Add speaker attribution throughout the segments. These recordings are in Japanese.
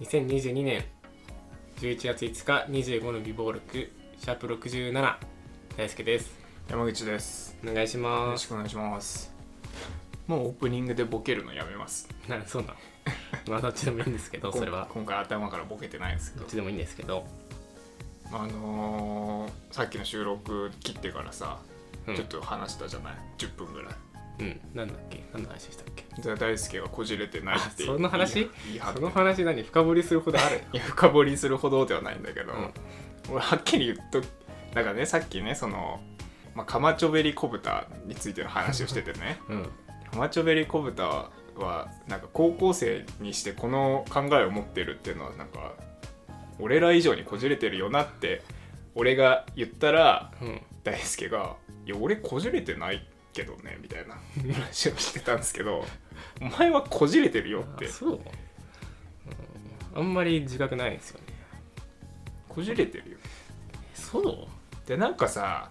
Speaker 1: 2022年11月5日25の美貌録シャープ67大輔です
Speaker 2: 山口です
Speaker 1: お願いし
Speaker 2: よ
Speaker 1: ま
Speaker 2: ろし
Speaker 1: す
Speaker 2: くお願いしますもうオープニングでボケるのやめます
Speaker 1: なるそうなの まあどっちでもいいんですけどそれは
Speaker 2: こん今回頭からボケてないですけ
Speaker 1: ど
Speaker 2: ど
Speaker 1: っちでもいいんですけど、
Speaker 2: あのー、さっきの収録切ってからさ、
Speaker 1: うん、
Speaker 2: ちょっと話したじゃない10分ぐらい
Speaker 1: うんなんだっけ何の話したっけ
Speaker 2: じゃあ大輔はこじれてないって
Speaker 1: あその話
Speaker 2: 言い言い張っ
Speaker 1: そ
Speaker 2: て
Speaker 1: の話何深掘りするほどある
Speaker 2: いや深掘りするほどではないんだけど、
Speaker 1: うん
Speaker 2: 俺はっきり言っとなんかねさっきねその、まあ、カマチョベリコブタについての話をしててね
Speaker 1: うん
Speaker 2: カマチョベリコブタはなんか高校生にしてこの考えを持ってるっていうのはなんか俺ら以上にこじれてるよなって俺が言ったら
Speaker 1: うん
Speaker 2: 大輔が「いや俺こじれてないけどね」みたいな話をしてたんですけど「お前はこじれてるよ」って
Speaker 1: あそう、うん、あんまり自覚ないんですよね
Speaker 2: こじれてるよ
Speaker 1: そう
Speaker 2: でなんかさ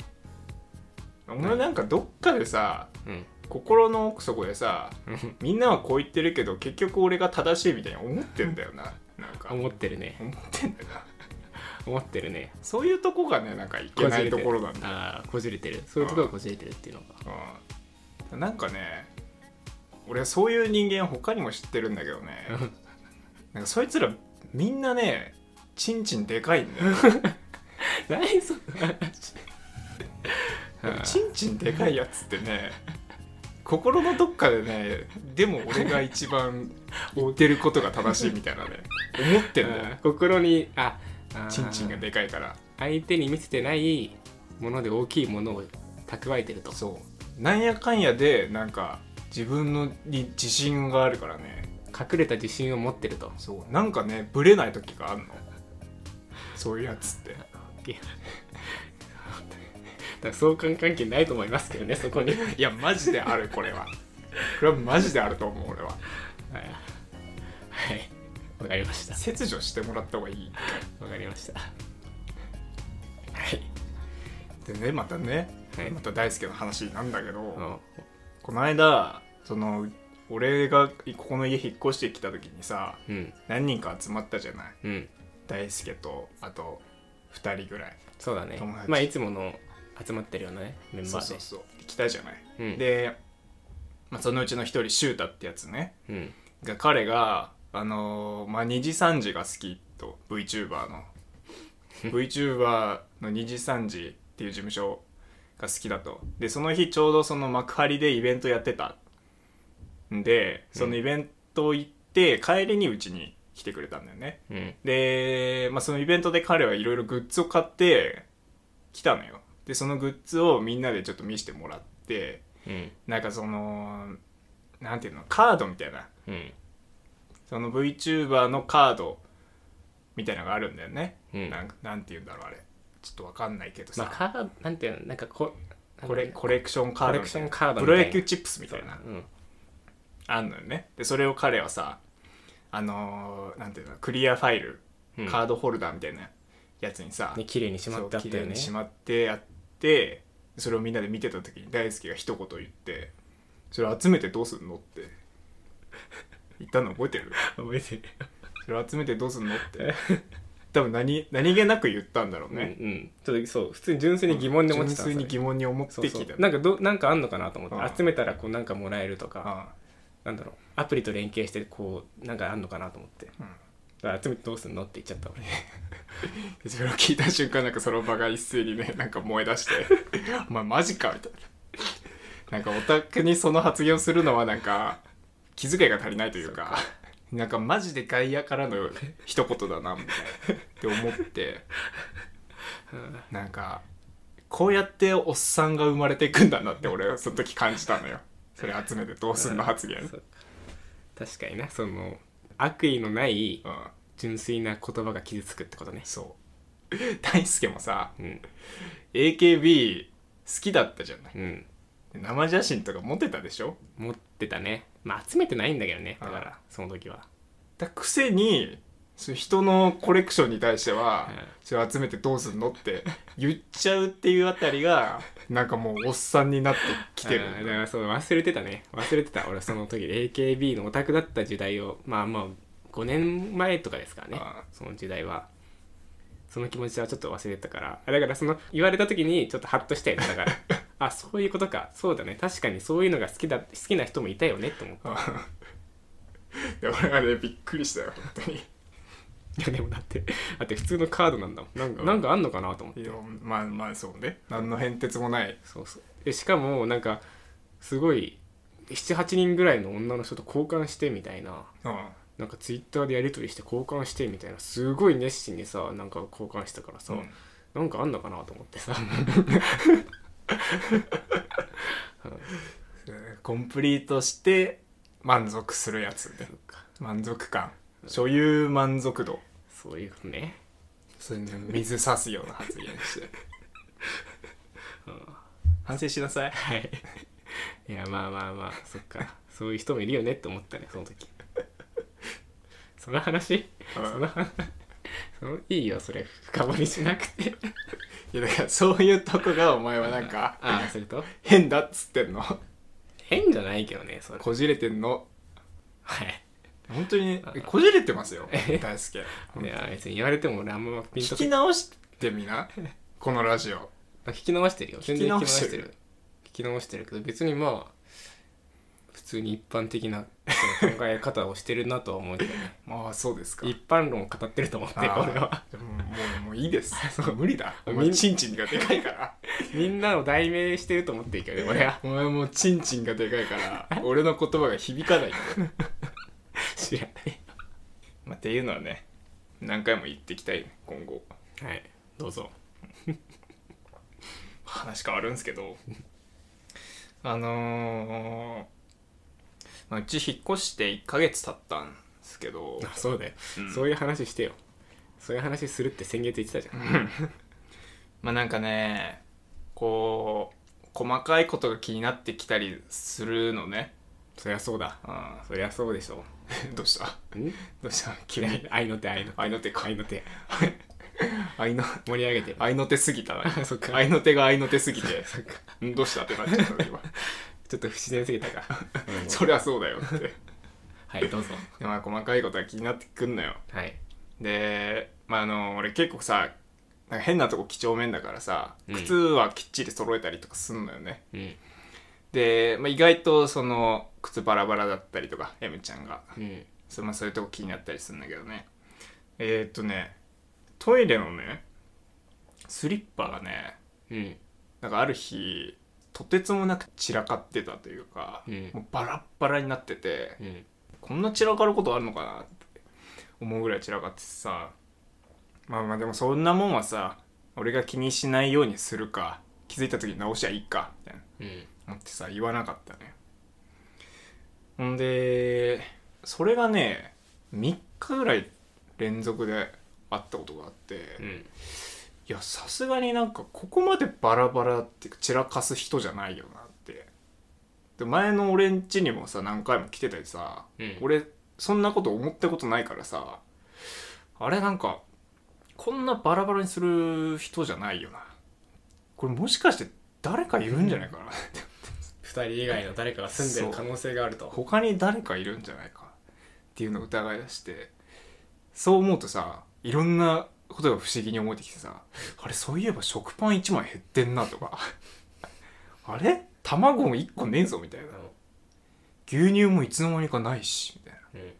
Speaker 2: 俺なんかどっかでさ
Speaker 1: うん
Speaker 2: 心の奥底でさ
Speaker 1: うん
Speaker 2: みんなはこう言ってるけど結局俺が正しいみたいに思ってんだよななんか
Speaker 1: 思ってるね
Speaker 2: 思ってんだよな
Speaker 1: 思ってるね
Speaker 2: そういうとこがねなんかいけないところなんだよ、
Speaker 1: ああこじれてるそういうところがこじれてるっていうのが
Speaker 2: うん、なんかね俺そういう人間他にも知ってるんだけどねなんかそいつらみんなねチンチンでかいんだよ
Speaker 1: 何その話
Speaker 2: なんかチンチンでかいやつってね心のどっかでねでも俺が一番言ってることが正しいみたいなね思ってんだよね
Speaker 1: 心にああー
Speaker 2: チンチンがでかいから
Speaker 1: 相手に見せてないもので大きいものを蓄えてると
Speaker 2: そうなんやかんやでなんか自分のに自信があるからね
Speaker 1: 隠れた自信を持ってると
Speaker 2: そうなんかねブレない時があるのそういうやつって
Speaker 1: いやだから相関関係ないと思いますけどねそこに
Speaker 2: いやマジであるこれはこれはマジであると思う俺は
Speaker 1: はいはいわかりました
Speaker 2: 切除してもらった方がいい
Speaker 1: わかりましたはい
Speaker 2: でねまたね、
Speaker 1: はい
Speaker 2: また大輔の話なんだけど、
Speaker 1: うん
Speaker 2: この間その俺がここの家引っ越してきた時にさ
Speaker 1: うん
Speaker 2: 何人か集まったじゃない
Speaker 1: うん
Speaker 2: 大輔とあと2人ぐらい
Speaker 1: そうだね
Speaker 2: 友達
Speaker 1: まあいつもの集まってるようなねメン
Speaker 2: そ
Speaker 1: バ
Speaker 2: う
Speaker 1: ー
Speaker 2: そう
Speaker 1: で
Speaker 2: そう来たじゃない、
Speaker 1: うん
Speaker 2: で、まあ、そのうちの1人シュータってやつね
Speaker 1: うん
Speaker 2: が彼があのーまあ2時3時が好きと VTuber の VTuber の2時3時っていう事務所が好きだとでその日ちょうどその幕張でイベントやってたんでそのイベント行って帰りにうちに来てくれたんだよね
Speaker 1: うん
Speaker 2: で、まあ、そのイベントで彼はいろいろグッズを買って来たのよでそのグッズをみんなでちょっと見せてもらって
Speaker 1: うん
Speaker 2: なんかそのなんていうのカードみたいな
Speaker 1: うん
Speaker 2: その VTuber のカードみたいなのがあるんだよね、
Speaker 1: うん
Speaker 2: なんかなんて言うんだろうあれちょっとわかんないけどさ、
Speaker 1: まあカードなんていうのなんかこ
Speaker 2: これコレクションカー
Speaker 1: コ
Speaker 2: ド
Speaker 1: レクションカードみ
Speaker 2: プ
Speaker 1: たい
Speaker 2: ロ
Speaker 1: な
Speaker 2: 野球チップスみたいな
Speaker 1: うん
Speaker 2: あんのよねでそれを彼はさあのーなんていうのクリアファイル
Speaker 1: うん
Speaker 2: カードホルダーみたいなやつにさ、
Speaker 1: ね綺麗にし
Speaker 2: そう
Speaker 1: まってあった
Speaker 2: 綺
Speaker 1: よ
Speaker 2: 麗
Speaker 1: ね
Speaker 2: にしまってあってそれをみんなで見てた時に大輔が一言言って「それ集めてどうすんの?」って言ったの覚えてる
Speaker 1: 覚えてる
Speaker 2: それ集めてどうすんのって多分何何気なく言ったんだろうね、
Speaker 1: うんうんちょっとそう普通に純粋に疑問で思ってた
Speaker 2: 純粋に疑問に思っ
Speaker 1: そう
Speaker 2: て
Speaker 1: そ
Speaker 2: きた
Speaker 1: うなんかどなんかあんのかなと思って、
Speaker 2: うん
Speaker 1: 集めたらこうなんかもらえるとか、
Speaker 2: あ
Speaker 1: なんだろうアプリと連携してこうなんかあんのかなと思って
Speaker 2: あ、うん
Speaker 1: だから集めてどうすんのって言っちゃった 俺
Speaker 2: でそれを聞いた瞬間なんかその場が一斉にねなん か燃え出して「お前マジか」みたいななんかオタクにその発言をするのはなんか気遣いが足りないというかなんかマジで外野からの一言だなみたいなって思って なんかこうやっておっさんが生まれていくんだなって俺はその時感じたのよそれ集めてどうすんの発言
Speaker 1: そう確かになその悪意のない
Speaker 2: うん
Speaker 1: 純粋な言葉が傷つくってことね
Speaker 2: そう大輔もさ
Speaker 1: うん
Speaker 2: AKB 好きだったじゃない
Speaker 1: うん
Speaker 2: 生写真とか持ってたでしょ
Speaker 1: 持ってたねまあ集めてないんだけどねだか
Speaker 2: うん
Speaker 1: らその時は
Speaker 2: だくせにそう人のコレクションに対しては、
Speaker 1: うん
Speaker 2: それ集めてどうすんのって言っちゃうっていうあたりがなんかもうおっさんになってきてる
Speaker 1: あーだからそう忘れてたね忘れてた俺その時 AKB のオタクだった時代をまあまあ5年前とかですからね
Speaker 2: ああ
Speaker 1: その時代はその気持ちはちょっと忘れてたからあだからその言われた時にちょっとハッとしたよねだから あそういうことかそうだね確かにそういうのが好きだ好きな人もいたよねと思っ
Speaker 2: あ いや俺はねびっくりしたよ本当に
Speaker 1: ていやでもだってだって普通のカードなんだもんなんか
Speaker 2: うん
Speaker 1: なんかあんのかなと思って
Speaker 2: いやまあまあそうね何の変哲もない
Speaker 1: そうそうでしかもなんかすごい78人ぐらいの女の人と交換してみたいな
Speaker 2: うん
Speaker 1: なんかツイッターでやり取りして交換してみたいなすごい熱心にさなんか交換したからさ、
Speaker 2: うん
Speaker 1: なんかあんのかなと思ってさ
Speaker 2: コンプリートして満足するやつね
Speaker 1: そっか
Speaker 2: 満足感所有満足度
Speaker 1: そういうことね
Speaker 2: それね水差すような発言して反省しなさい
Speaker 1: はいいやまあまあまあそっかそういう人もいるよねって思ったねその時その話
Speaker 2: うん
Speaker 1: その話そのいいよそれ深掘りしなくて
Speaker 2: いやだからそういうとこがお前はなんか
Speaker 1: ああそれと
Speaker 2: 変だっつってんの
Speaker 1: 変じゃないけどねそれ
Speaker 2: こじれてんの
Speaker 1: はい
Speaker 2: 本当にねこじれてますよ
Speaker 1: え
Speaker 2: 大輔
Speaker 1: いや別に言われても俺あんまピンとこ
Speaker 2: 聞き直してみなこのラジオ
Speaker 1: あ聞き直してるよ全然聞き直してる
Speaker 2: 聞き直してる
Speaker 1: 聞き直してるけど別にまあ普通に一般的なその考え方をしてるなとは思うけどね
Speaker 2: まあそうですか
Speaker 1: 一般論を語ってると思って
Speaker 2: あ
Speaker 1: る
Speaker 2: ー
Speaker 1: 俺は
Speaker 2: もうもうもういいです 無理だお
Speaker 1: み
Speaker 2: 前
Speaker 1: ん
Speaker 2: チンチンがでかいから
Speaker 1: みんなを代名してると思っていいけ どね俺は
Speaker 2: お前もうチンチンがでかいから俺の言葉が響かないから
Speaker 1: 知らな
Speaker 2: まあ、っていうのはね何回も言っていきたいね今後
Speaker 1: いはいどうぞ
Speaker 2: 話変わるんですけど あのーまあ、うち引っ越して1ヶ月経ったんですけど
Speaker 1: あそうだよ、
Speaker 2: うん
Speaker 1: そういう話してよそういう話するって先月言ってたじゃん、
Speaker 2: まあなんかねこう細かいことが気になってきたりするのね、
Speaker 1: そりゃそうだ
Speaker 2: う
Speaker 1: そりゃそうでしょ
Speaker 2: ん、 どうした
Speaker 1: ん
Speaker 2: ど うした急に
Speaker 1: 愛の手愛の手
Speaker 2: 愛の手か
Speaker 1: 愛の手
Speaker 2: 愛の
Speaker 1: 盛り上げてる
Speaker 2: 愛の手すぎたな
Speaker 1: そっか
Speaker 2: 愛の手が愛の手すぎて
Speaker 1: そっか
Speaker 2: んどうしたってなっちゃった今
Speaker 1: ちょっと不自然すぎたか、 うん
Speaker 2: そりゃそうだよって
Speaker 1: はいどうぞ
Speaker 2: でまあ細かいことが気になってくんのよ
Speaker 1: はい
Speaker 2: でまああの俺結構さなんか変なとこ几帳面だからさ
Speaker 1: うん
Speaker 2: 靴はきっちり揃えたりとかすんのよね、
Speaker 1: うん
Speaker 2: で、まあ、意外とその靴バラバラだったりとか M ちゃんが
Speaker 1: うん
Speaker 2: そ,、まあ、そういうとこ気になったりするんだけどねえー、っとねトイレのねスリッパがね
Speaker 1: うん
Speaker 2: なんかある日とてつもなく散らかってたというか、
Speaker 1: うん
Speaker 2: もうバラッバラになってて、
Speaker 1: うん
Speaker 2: こんな散らかることあるのかなって思うぐらい散らかっててさまあまあでもそんなもんはさ俺が気にしないようにするか気づいた時に直しゃいいかみたいな
Speaker 1: うん
Speaker 2: 思ってさ言わなかったねほんでそれがね3日ぐらい連続であったことがあって、
Speaker 1: う
Speaker 2: い
Speaker 1: ん
Speaker 2: やさすがになんかここまでバラバラっていうか散らかす人じゃないよなってで前の俺ん家にもさ何回も来てたりさ、
Speaker 1: うん
Speaker 2: 俺そんなこと思ったことないからさあれなんかこんなバラバラにする人じゃないよなこれもしかして誰かいるんじゃないかなって
Speaker 1: 2人以外の誰かが住んでる可能性があると
Speaker 2: 他に誰かいるんじゃないかっていうのを疑い出してそう思うとさいろんなことが不思議に思えてきてさあれそういえば食パン1枚減ってんなとか あれ卵も1個ねえぞみたいな牛乳もいつの間にかないしみたいな
Speaker 1: うん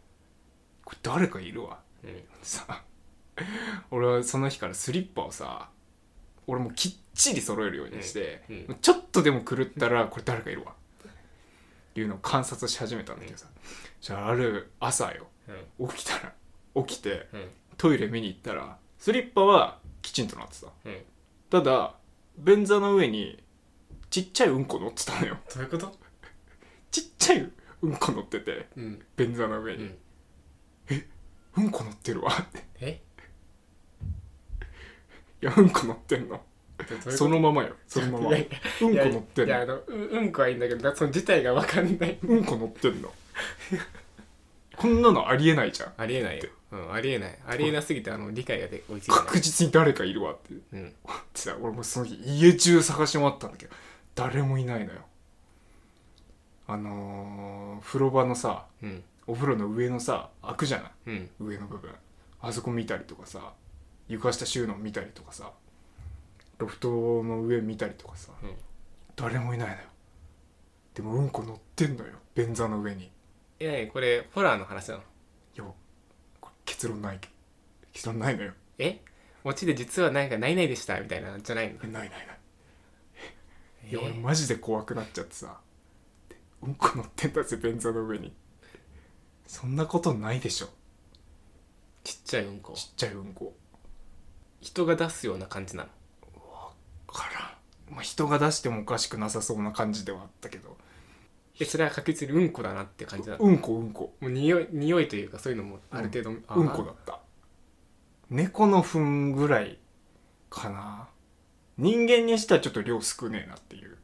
Speaker 2: これ誰かいるわ
Speaker 1: うん
Speaker 2: さ 俺はその日からスリッパをさ俺もきっちり揃えるようにして、
Speaker 1: うんう
Speaker 2: ちょっとでも狂ったらこれ誰かいるわっていうのを観察し始めたんだけどさ、じゃあある朝よ
Speaker 1: うん
Speaker 2: 起きたら起きて
Speaker 1: うん
Speaker 2: トイレ見に行ったらスリッパはきちんとなってた
Speaker 1: うん
Speaker 2: ただ便座の上にちっちゃいうんこ乗ってたのよ
Speaker 1: どういうこと
Speaker 2: ちっちゃいうんこ乗ってて
Speaker 1: うん
Speaker 2: 便座の上
Speaker 1: う
Speaker 2: に、
Speaker 1: ん
Speaker 2: うん、こ乗ってるわってい
Speaker 1: え
Speaker 2: やうんこ乗ってんの
Speaker 1: どういうこと
Speaker 2: そのままよそのまま
Speaker 1: いやいや
Speaker 2: うんこ乗ってん
Speaker 1: いやいやあ
Speaker 2: の
Speaker 1: のううんこはいいんだけどだその自体が分かんない
Speaker 2: うんこ乗ってんのこんなのありえないじゃん
Speaker 1: ありえないようんありえないありえなすぎてあの理解がで追いついて
Speaker 2: 確実に誰かいるわって
Speaker 1: ないうん
Speaker 2: 思ってさ俺もうその日家中探し回ったんだけど誰もいないのよあのー、風呂場のさ
Speaker 1: うん
Speaker 2: お風呂の上のさ開くじゃない
Speaker 1: うん
Speaker 2: 上の部分あそこ見たりとかさ床下収納見たりとかさロフトの上見たりとかさ、
Speaker 1: うん
Speaker 2: 誰もいないのよでもうんこ乗ってんのよ便座の上に
Speaker 1: いやいやこれホラーの話なの
Speaker 2: よこれ結論ないけ結論ないのよ
Speaker 1: えオチで実はなんかないないでしたみたいなのじゃないの
Speaker 2: ないないない
Speaker 1: え
Speaker 2: いや俺マジで怖くなっちゃってさでうんこ乗ってんだぜ便座の上にそんなことないでしょ
Speaker 1: ちっちゃいうんこ
Speaker 2: ちっちゃいうんこ
Speaker 1: 人が出すような感じなの
Speaker 2: からん、まあ、人が出してもおかしくなさそうな感じではあったけど
Speaker 1: でそれは確実にうんこだなって感じなの
Speaker 2: うんこうんこ
Speaker 1: もう匂い匂いというかそういうのもある程度、あー
Speaker 2: うんこだった猫の糞ぐらいかな人間にしてはちょっと量少ねえなっていう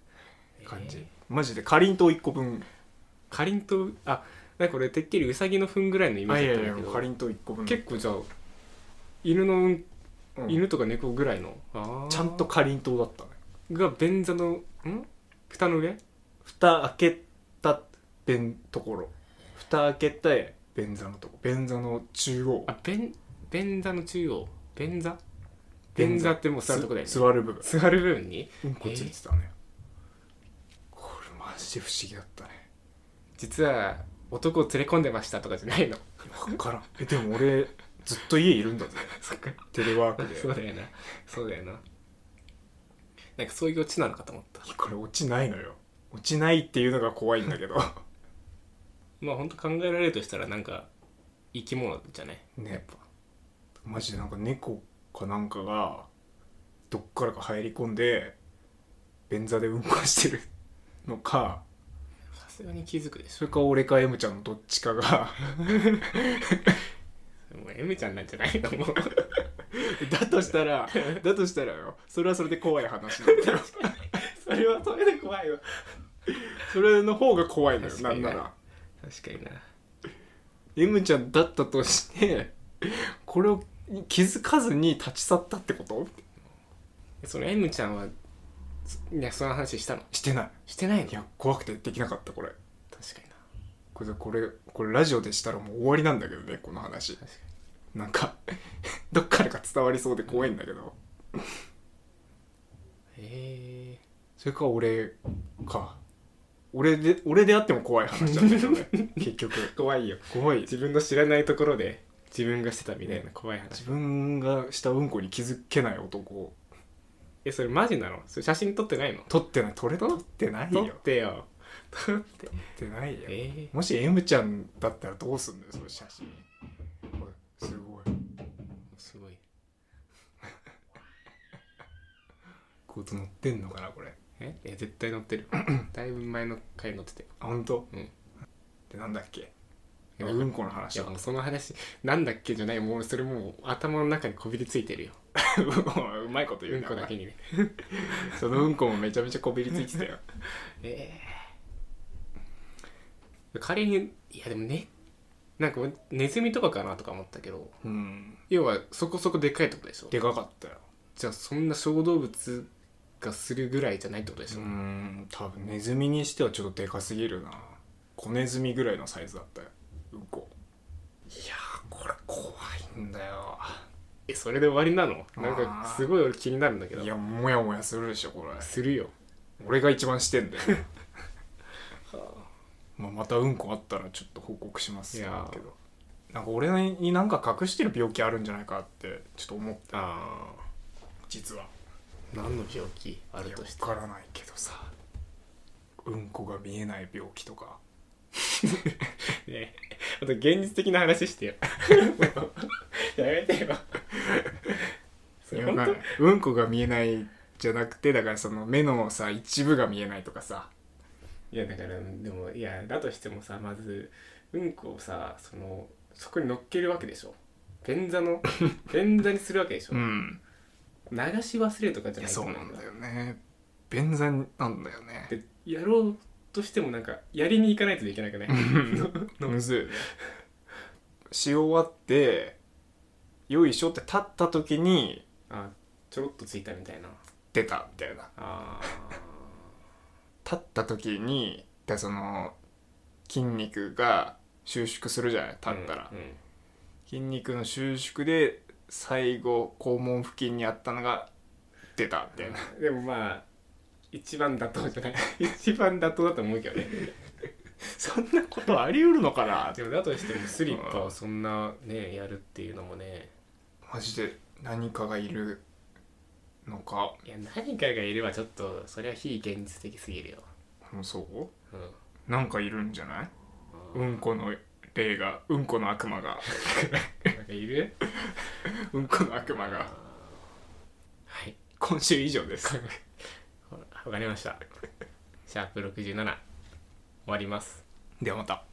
Speaker 2: 感じ、
Speaker 1: えー
Speaker 2: マジでかりんとう1個分
Speaker 1: かりんとうあなんか俺てっきりウサギの糞ぐらいのイメ
Speaker 2: あ
Speaker 1: ー
Speaker 2: い
Speaker 1: ジだ
Speaker 2: や
Speaker 1: ったんだ
Speaker 2: いや
Speaker 1: けど
Speaker 2: かりんとう1個分
Speaker 1: 結構じゃあ犬のうん
Speaker 2: うん
Speaker 1: 犬とか猫ぐらいの、あー
Speaker 2: ちゃんとかりんとうだったね
Speaker 1: が便座のん蓋の上
Speaker 2: 蓋開けた便ところ蓋開けて便座のとこ便座の中央
Speaker 1: あ便便座の中央便座便座ってもう座るとこだよね
Speaker 2: す座る部分
Speaker 1: 座る部分に
Speaker 2: うんこついてたね、これマジで不思議だったね
Speaker 1: 実は男を連れ込んでましたとかじゃないの
Speaker 2: 分からんえでも俺ずっと家いるんだぜ
Speaker 1: そっか
Speaker 2: テレワー ク
Speaker 1: そう
Speaker 2: で
Speaker 1: だよなそうだよななんかそういうオチなのかと思った
Speaker 2: これ落ちないのよ落ちないっていうのが怖いんだけど
Speaker 1: まあ本当考えられるとしたらなんか生き物じゃね
Speaker 2: ねやっぱマジでなんか猫かなんかがどっからか入り込んで便座でうんこしてるのか
Speaker 1: さすがに気づくでし
Speaker 2: それか俺か M ちゃんのどっちかが
Speaker 1: ょもう M ちゃんなんじゃないのもう
Speaker 2: だとした らだとしたらよそれはそれで怖い話なんだよ
Speaker 1: それはそれで怖いわ
Speaker 2: それの方が怖いのよ
Speaker 1: 確
Speaker 2: な
Speaker 1: か
Speaker 2: ん
Speaker 1: に
Speaker 2: なら
Speaker 1: 確かにな
Speaker 2: M ちゃんだったとしてこれを気づかずに立ち去ったってこと
Speaker 1: その M ちゃんはそいやその話したの
Speaker 2: してない
Speaker 1: してないの
Speaker 2: いや怖くてできなかったこれ
Speaker 1: 確かにな
Speaker 2: これこれこれラジオでしたらもう終わりなんだけどねこの話
Speaker 1: 確か
Speaker 2: なんかどっからか伝わりそうで怖いんだけど
Speaker 1: にへえ
Speaker 2: それか俺か俺で俺であっても怖い話なんだけどね 結局
Speaker 1: 怖いよ
Speaker 2: 怖い
Speaker 1: 自分の知らないところで自分がしてたみたいな怖い話
Speaker 2: 自分がしたうんこに気づけない男
Speaker 1: えそれマジなのそれ写真撮ってないの
Speaker 2: 撮ってない撮れ撮ってない
Speaker 1: 撮
Speaker 2: よ
Speaker 1: ってよ撮って
Speaker 2: 撮ってないよ
Speaker 1: え
Speaker 2: もし M ちゃんだったらどうすんだよその写真これすごい
Speaker 1: すごい
Speaker 2: こうと乗ってんのかなこれ
Speaker 1: えいや絶対乗って るだいぶ前の回乗ってたよ
Speaker 2: あ本当
Speaker 1: うん
Speaker 2: でなんだっけ
Speaker 1: いや
Speaker 2: うんこの話
Speaker 1: いやもうその話なんだっけじゃないもうそれもう頭の中にこびりついてるよ
Speaker 2: うまいこと
Speaker 1: う
Speaker 2: 言うんな
Speaker 1: こだけにね
Speaker 2: そのうんこもめちゃめちゃこびりついてたよ
Speaker 1: ええ仮にいやでもねなんかネズミとかかなとか思ったけど
Speaker 2: うん
Speaker 1: 要はそこそこでかいってことでしょ
Speaker 2: でかかったよ
Speaker 1: じゃあそんな小動物がするぐらいじゃないってことでし
Speaker 2: う
Speaker 1: ょ、
Speaker 2: ん多分ネズミにしてはちょっとでかすぎるな小ネズミぐらいのサイズだったようんこいやーこれ怖いんだよ
Speaker 1: えそれで終わりなのなん
Speaker 2: あ
Speaker 1: か
Speaker 2: ー
Speaker 1: すごい俺気になるんだけど
Speaker 2: いやもやもやするでしょこれ
Speaker 1: するよ
Speaker 2: 俺が一番し てんだよまあまたうんこあったらちょっと報告します
Speaker 1: いやー
Speaker 2: けどなんか俺になんか隠してる病気あるんじゃないかってちょっと思った
Speaker 1: あ
Speaker 2: 実は
Speaker 1: あ何の病気あ
Speaker 2: い
Speaker 1: る
Speaker 2: や
Speaker 1: として
Speaker 2: わからないけどさうんこが見えない病気とか
Speaker 1: ねあと現実的な話してよ やめてよそれ
Speaker 2: いやわかんないうんこが見えないじゃなくてだからその目のさ一部が見えないとかさ
Speaker 1: いやだからでもいやだとしてもさまずうんこをさそのそこに乗っけるわけでしょ便座 の便座にするわけでしょ、
Speaker 2: ん
Speaker 1: 流し忘れるとかじ
Speaker 2: い
Speaker 1: ゃ
Speaker 2: や
Speaker 1: ない
Speaker 2: そ
Speaker 1: と
Speaker 2: う
Speaker 1: 思
Speaker 2: なんだよね便座なんだよね
Speaker 1: でやろうとしてもなんかやりに行かないといけなくない
Speaker 2: むずいよねし終わってよいしょって立った時に
Speaker 1: あちょろっとついたみたいな
Speaker 2: 出たみたいな
Speaker 1: あ
Speaker 2: 立った時にだその筋肉が収縮するじゃない立ったら、
Speaker 1: うんうん
Speaker 2: 筋肉の収縮で最後肛門付近にあったのが出たみたいな、
Speaker 1: でもまあ一番妥当 じゃない一番妥当だと思うけどね
Speaker 2: そんな ことあり得るのかなって
Speaker 1: でもだとしてもスリッパをそんなねやるっていうのもね
Speaker 2: マジで何かがいるのか
Speaker 1: いや何かがいればちょっとそれは非現実的すぎるよ、
Speaker 2: うんそう
Speaker 1: うん、
Speaker 2: なんかいるんじゃないうんこの霊がうんこの悪魔が
Speaker 1: なんかいる
Speaker 2: うんこの悪魔が
Speaker 1: はい
Speaker 2: 今週以上です
Speaker 1: わかりましたシャープ67終わります
Speaker 2: ではまた